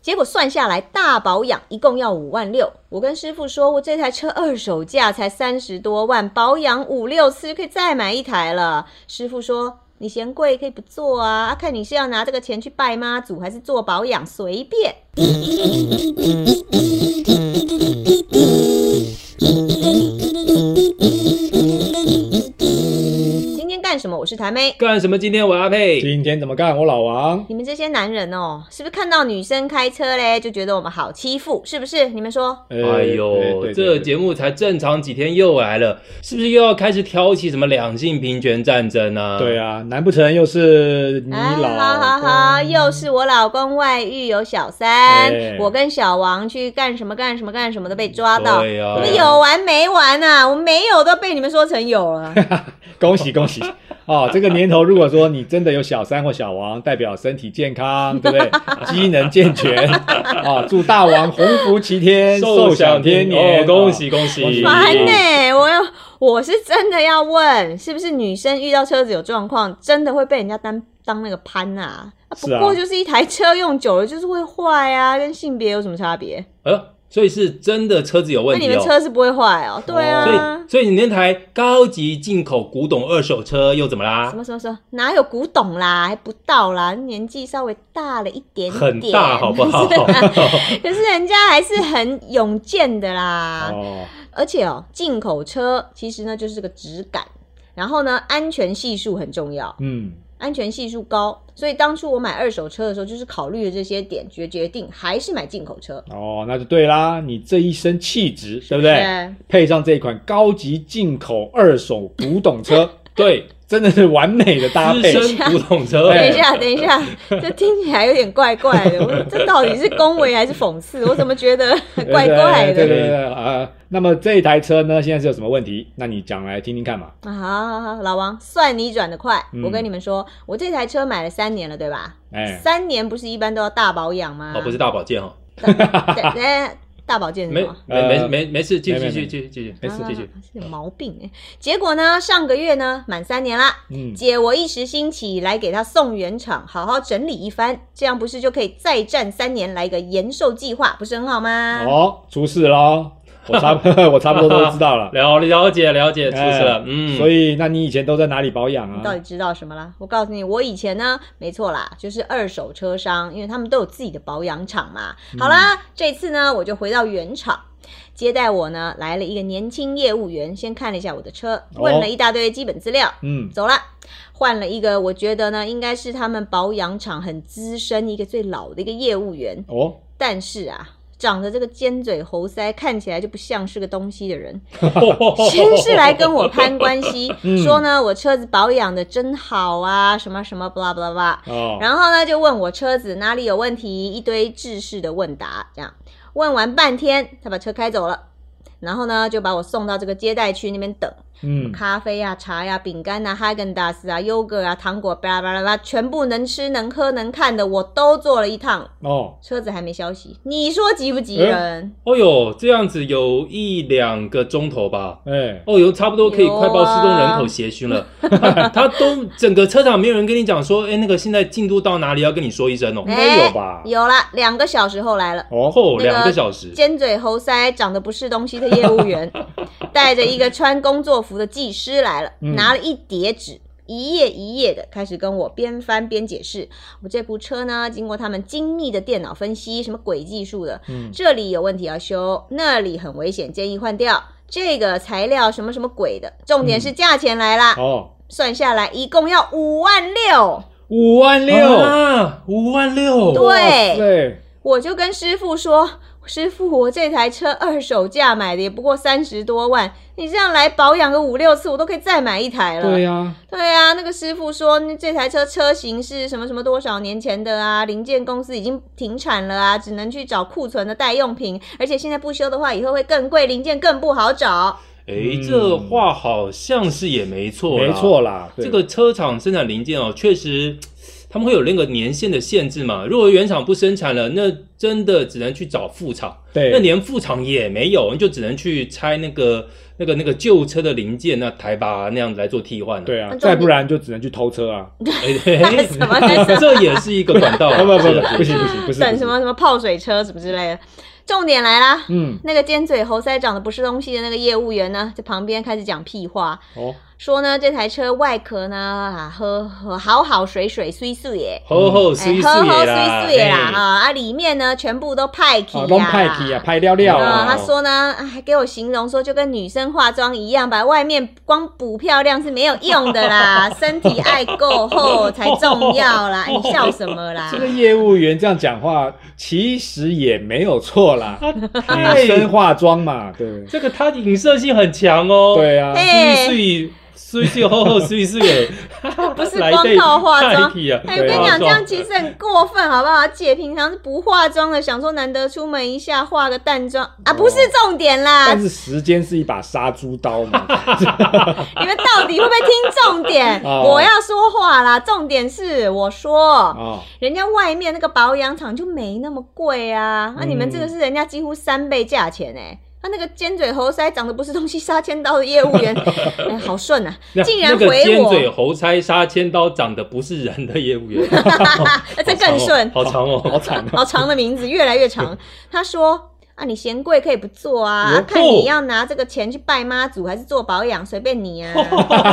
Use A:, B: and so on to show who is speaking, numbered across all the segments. A: 结果算下来大保养一共要五万六。我跟师傅说，我这台车二手价才三十多万，保养五六次就可以再买一台了。师傅说。你嫌贵可以不做啊，啊看你是要拿这个钱去拜妈祖，还是做保养，随便。今天干什么？我是台妹。
B: 干什么？今天我阿佩，
C: 今天怎么干？我老王，
A: 你们这些男人哦，是不是看到女生开车嘞，就觉得我们好欺负？是不是？你们说，
C: 哎
B: 哎呦，这个节
C: 目
B: 目才正常几天又来了，是不是又要开始挑起什么两性平权战争啊？
C: 对啊，难不成又是你
A: 哎，
C: 老？
A: 好好好，又是我老公外遇有小三，
C: 哎
A: 我跟小王去干什么干什么干什么都被抓到，
B: 对呀、
A: 你
C: 对
A: 们有完没完啊？我没有都被你们说成有了。
C: 恭喜恭喜！哦，这个年头，如果说你真的有小三或小王，代表身体健康，对不对？机能健全啊！祝大王鸿福 齐天，
B: 受
C: 寿
B: 享
C: 享
B: 天
C: 天
B: 年，
C: 年！啊
B: 哦，恭喜恭喜！
C: 恭喜
A: 烦呢、
C: 欸
A: 我要我是真的要问，是不是女生遇到车子有状况，真的会被人家当当那个潘啊？啊不
C: 是啊
A: 过就是一台车用久了就是会坏啊，跟性别有什么差别？
B: 呃，所以是真的车子有
A: 那
B: 问
A: 你
B: 题
A: 们
B: 哦。
A: 车是不会坏哦？对
C: 哦
A: 啊，
B: 所以，所以你那台高级进口古董二手车又怎么啦
A: 什？么什么什么，哪有古董啦，还不到啦，年纪稍微大了一点点，
B: 很大，好不好？
A: 可是人家还是很勇健的啦。
C: 哦，
A: 而且哦，进口车其实呢就是这个质感，然后呢安全系数很重要。
C: 嗯，
A: 安全系数高，所以当初我买二手车的时候，就是考虑了这些点，决决定还是买进口车，
C: 哦，那就对啦，你这一身气质，对不对？
A: 对，
C: 配上这款高级进口二手古董车，对，真的是完美的搭
B: 资
C: 配。
B: 深古董车，
A: 等一下，等一下， 这听起来有点怪怪的，我这到底是恭维还是讽刺？我怎么觉得 怪怪
C: 对对
A: 的？
C: 对对啊、呃那么这一台车呢，现在是有什么问题？那你讲来听听看嘛。
A: 啊，好好好老王，算你转得快。
C: 嗯
A: 我跟你们说，我这台车买了三年了，对吧？
C: 哎，
A: 三年不是一般都要大保养吗？
B: 哦，不是大保健哦，
A: 对，哎，大保健是
B: 没
A: 什么？
B: 没没
C: 呃
B: 没没事，继续
C: 没没
B: 继续
C: 没
B: 继续继续，
C: 没事
A: 啊
B: 继续。
A: 有毛病哎。结果呢，上个月呢，满三年啦。
C: 嗯，
A: 姐，我一时兴起来给他送原厂，好好整理一番，这样不是就可以再战三年，来一个延寿计划，不是很好吗？
C: 哦，出 事喽！我差不 我差不多都知道了。
B: 了了解了解，出
C: 哎
B: 事了，嗯，
C: 所以，那你以前都在哪里保养
A: 你到底
C: 啊？
A: 知道什么啦？我告诉你，我以前呢，没错啦，就是二手车商，因为他们都有自己的保养厂嘛。好啦，这次呢，我就回到原厂。接待我呢，来了一个年轻业务员，先看了一下我的车，问了一大堆基本资料，
C: 嗯，
A: 走了，换了一个，我觉得呢，应该是他们保养厂很资深、一个最老的一个业务员。
C: 哦，
A: 但是啊，长着这个尖嘴猴腮，看起来就不像是个东西的 人，先是来跟我攀关系，
C: 嗯
A: 说呢我车子保养的真好啊，什么什么 blah blah blah，
C: 哦，
A: 然后呢就问我车子哪里有问题，一堆制式的问答，这样问完半天，他把车开走了。然后呢，就把我送到这个接待区那边等，
C: 嗯，
A: 咖啡啊、茶呀、饼干啊、哈根达斯啊、优格啊、糖果，巴拉巴拉巴拉，全部能吃、能喝、能看的，我都做了一趟。
C: 哦，
A: 车子还没消息，你说急不急人？
B: 哦哟，这样子有一两个钟头吧。
C: 哎，
B: 哦哟，差不多可以
A: 有啊
B: 快报失踪人口协寻 了。他他都整个车厂没有人跟你讲说，哎，那个现在进度到哪里，要跟你说一声哦。
C: 嗯应该有吧
A: 哎有啦，两个小时后来了。
C: 哦，
B: 哦，
A: 那个
B: 两个小时，
A: 尖嘴猴腮、长得不是东西的业务 员，带着一个穿工作服的技师来了，
C: 嗯
A: 拿了一叠纸，一页一页的开始跟我边翻边解释，我这部车呢，经过他们精密的电脑分析，什么鬼技术的，
C: 嗯，
A: 这里有问题要修，那里很危险，建议换掉。这个材料什么什么鬼的，重点是价钱来啦，
C: 哦，
A: 算下来一共要五万六。
C: 五万六，
B: 啊，五万六，
C: 哦
A: 对
C: 对，
A: 我就跟师傅说：“师傅，我这台车二手价买的，也不过三十多万，你这样来保养个五六次，我都可以再买一台了。”
C: 对呀，
A: 对啊，那个师傅说，那这台车车型是什么什么多少年前的啊？零件公司已经停产了啊，只能去找库存的代用品，而且现在不修的话，以后会更贵，零件更不好找。
B: 哎，
C: 嗯
B: 这话好像是也没错，
C: 没错。啦，对
B: 这个车厂生产零件哦，确实。他们会有那个年限的限制嘛？如果原厂不生产了，那真的只能去找副厂，那
C: 对，
B: 连副厂也没有，你就只能去拆那个那个那个旧车的零件，那台把那样子来做替换了。
C: 对啊，
A: 那重点
C: 再不然就只能去偷车啊！哦
B: 哎，对
A: 什么在
B: 这也是一个管道
C: 不
B: 啊。
C: 不不
B: 是
C: 不，不行不行，不是
A: 哦等什？么什么泡水车什么之类的。重点来啦
C: 不，是嗯，
A: 那个尖嘴猴腮长得不是东西的那个业务员呢，在旁边开始讲屁话，
C: 哦，
A: 说呢这台车外壳呢啊喝喝好好水水碎碎耶，
B: 吼吼，碎
A: 哎
B: 碎
A: 喝喝
B: 啦，
A: 碎碎啦
B: 哎
A: 啊啊里面呢全部都派皮
C: 啊，弄派皮啊，派料料
A: 啊、
C: 啊，
A: 他说呢，啊还给我形容说，就跟女生化妆一样，把外面光补漂亮是没有用的啦，身体爱够厚才重要啦。哎你笑什么 啦
C: 这？个业务员这样讲话，其实也没有错 啦，
B: 他
C: 女生
B: 太
C: 化妆嘛，对
B: 这个他影射性很强哦。
C: 对啊，
A: 哎
B: 碎 碎碎碎吼吼碎碎，
A: 不是光靠化妆
B: 啊！
A: 哎，我跟你
B: 化
A: 讲，
B: 妆
A: 这样其实很过分，好不好？姐平常是不化妆的，想说难得出门一下，化个淡妆啊，不是重点啦
C: 但。是时间是一把杀猪刀 嘛，
A: 你们到底会不会听重点？
C: 哦
A: 我要说话啦，重点是我说，
B: 哦
C: 啊，
A: 人家外面那个保养厂就没那么贵啊，那、你们这个是人家几乎三倍价钱哎、他那个尖嘴猴腮长得不是东西杀千刀的业务 员，哎，好顺啊！
B: 那
A: 竟然
B: 那个
A: 回
B: 尖
A: 我
B: 嘴猴腮杀千刀长得不是人的业务员，
A: 啊 这更顺，
B: 好长哦，
C: 好惨哦，
A: 好长的名字越来越长。他说：“啊，你嫌贵可以不做啊，
B: 哟
A: 啊看你要拿这个钱去拜妈祖还是做保养，随便你啊。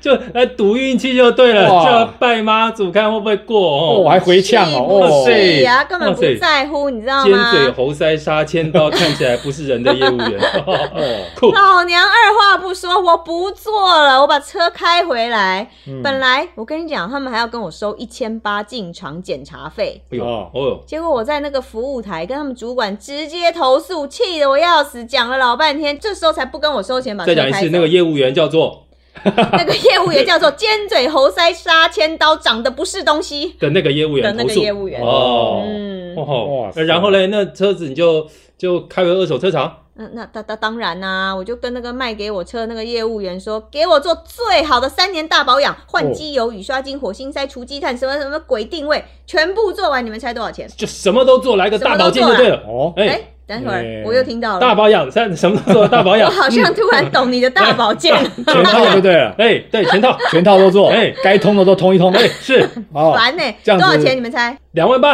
B: 就来赌运气就对了，
C: 哇
B: 就要拜妈祖看会不会过
C: 哦，我
B: 哦。
C: 还回呛
A: 气
C: 哦，
A: 不
C: 哦，
A: 气啊，根本
B: 哇
A: 不
B: 塞
A: 在乎，你知道
B: 尖
A: 吗？
B: 嘴猴腮杀千刀，看起来不是人的业 务员，哎
C: 哦，
B: 酷。
A: 老娘二话不说，我不做了，我把车开回来。
C: 嗯
A: 本来我跟你讲，他们还要跟我收一千八进场检查费，
B: 哎呦，
C: 哦
B: 哦呦，
A: 结果我在那个服务台跟他们主管直接投诉，气得我要死，讲了老半天，这时候才不跟我收钱把车
B: 再
A: 开
B: 讲
A: 走。
B: 一 次，那个业务员叫做
A: 那个业务员叫做尖嘴猴腮杀千刀，长得不是东西。
B: 的那个业务员
A: 的那
B: 投
A: 个
B: 诉
A: 业务员
B: 哦。
A: 嗯，
B: 哦
C: 哇，塞
B: 然后嘞，那车子你就就开回二手车场，
A: 那那当当当然啦、我就跟那个卖给我车的那个业务员说，给我做最好的三年大保养，换机油、雨刷精、火星塞、除积碳，什么什么鬼定位，全部做完，你们猜多少钱？
B: 就什么都做，来个大保健就对了。
C: 哦，
A: 哎、
B: 哎，
A: 等一会儿
C: 哎
A: 我又听到
B: 大
A: 了，
B: 保养，三什么都做，大保
A: 我
B: 养，
A: 好像突然懂你的大保健，
C: 全套 就对了，
B: 哎，对，全套，
C: 全套都做，
B: 哎
C: 该通的都通一通，
B: 哎，是
C: 哦，
A: 烦呢、欸
C: 这样
A: 多
C: 子
A: 少钱？你们猜？
B: 两万八，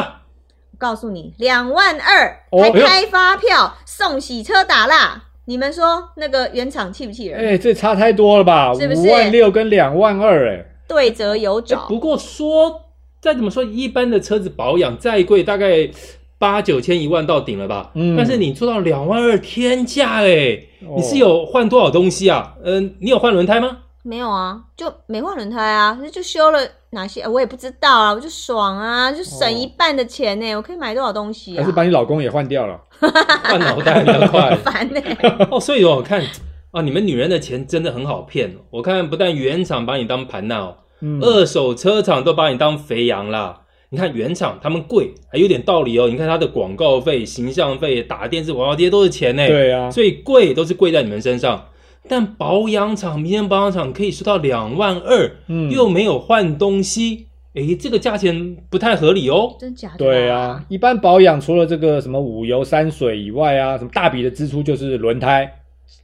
A: 我告诉你，两万二，
C: 哦
A: 还
C: 哎呦
A: 开发票、送洗车打蜡，你们说那个原厂气不气人？
C: 哎，这差太多了吧？
A: 是不是
C: 五万六跟两万二，哎，
A: 对折有
B: 哎
A: 找，
B: 不过说再怎么说，一般的车子保养再贵，大概八九千一万到顶了吧。
C: 嗯
B: 但是你做到两万二天价，哎，你是
C: 哦
B: 有换多少东西啊？嗯，你有换轮胎 吗？
A: 没有啊，就没换轮胎啊，那就修了哪些、呃我也不知道啊，我就爽啊，就省一半的钱呢、我可以买多少东西
C: 还
A: 啊
C: 是？把你老公也换掉了？
B: 换脑袋比较快。
A: 烦 呢、
B: 哦，所以我看啊，你们女人的钱真的很好骗。哦我看不但原厂把你当盘闹，
C: 嗯，
B: 二手车厂都把你当肥羊啦。你看原厂他们贵，还有点道理哦。你看它的广告费、形象费、打电视广告这些都是钱呢。、
C: 对啊，
B: 所以贵都是贵在你们身上。但保养厂、民间保养厂可以收到两万二、
C: 嗯，
B: 又没有换东西，诶，这个价钱不太合理哦。
A: 真假的？
C: 对啊，，一般保养除了这个什么五油三水以外啊，什么大笔的支出就是轮胎，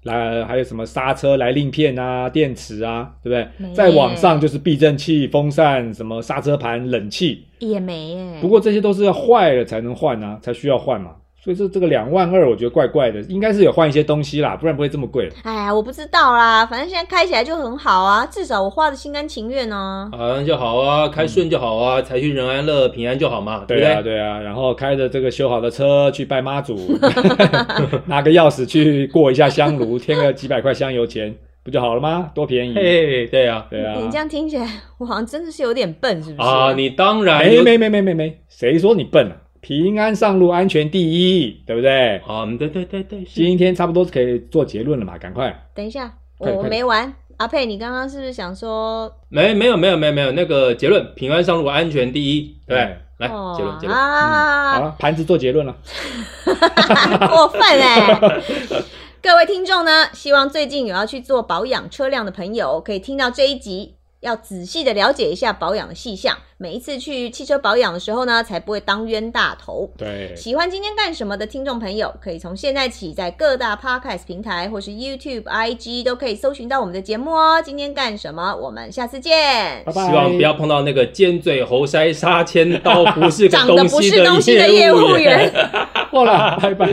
C: 来还有什么刹车、来令片啊、电池啊，对不
A: 没
C: 对？再往上就是避震器、风扇、什么刹车盘、冷气。
A: 也没耶、
C: 不过这些都是要坏了才能换啊，才需要换嘛。所以这这个两万二，我觉得怪怪的，应该是有换一些东西啦，不然不会这么贵。
A: 哎呀，我不知道啦，反正现在开起来就很好啊，至少我花的心甘情愿哦呢、
B: 好、啊，那就好啊，开顺就好啊，财去人安乐、平安就好嘛，对不
C: 嗯对
B: 对？
C: 啊，对啊，然后开着这个修好的车去拜妈祖， 拿个钥匙去过一下香炉，添个几百块香油钱，不就好了吗？多便宜！
B: 嘿，对啊，
C: 对啊，
A: 你这样听起来，我好像真的是有点笨，是不是？
B: 啊，你当然
C: 没
B: 有
C: 没没没没没，谁说你笨啊？平安上路，安全第一，对不对？
B: 啊，嗯对对对对，是
C: 今天差不多可以做结论了嘛，赶快。
A: 等一下，
C: 快点
A: 我
C: 快点
A: 没完。阿佩，你刚刚是不是想说？
B: 没没有没有没有没有那个结论，平安上路，安全第一，对，
C: 嗯
B: 来
A: 哦
B: 结论结论，
A: 啊
C: 好，了，盘子做结论了。
A: 过分哎、各位听众呢，希望最近有要去做保养车辆的朋友，可以听到这一集。要仔细的了解一下保养的细项，每一次去汽车保养的时候呢，才不会当冤大头。
C: 对，
A: 喜欢今天干什么的听众朋友，可以从现在起在各大 podcast 平台或是 YouTube、IG 都可以搜寻到我们的节目哦。今天干什么？我们下次见。
C: 拜拜。
B: 希望不要碰到那个尖嘴猴腮、杀千刀 不是个
A: 长得
B: 东
A: 不
B: 西
A: 是东西的
B: 业
A: 业
B: 务
A: 务员。
C: 过了，拜拜。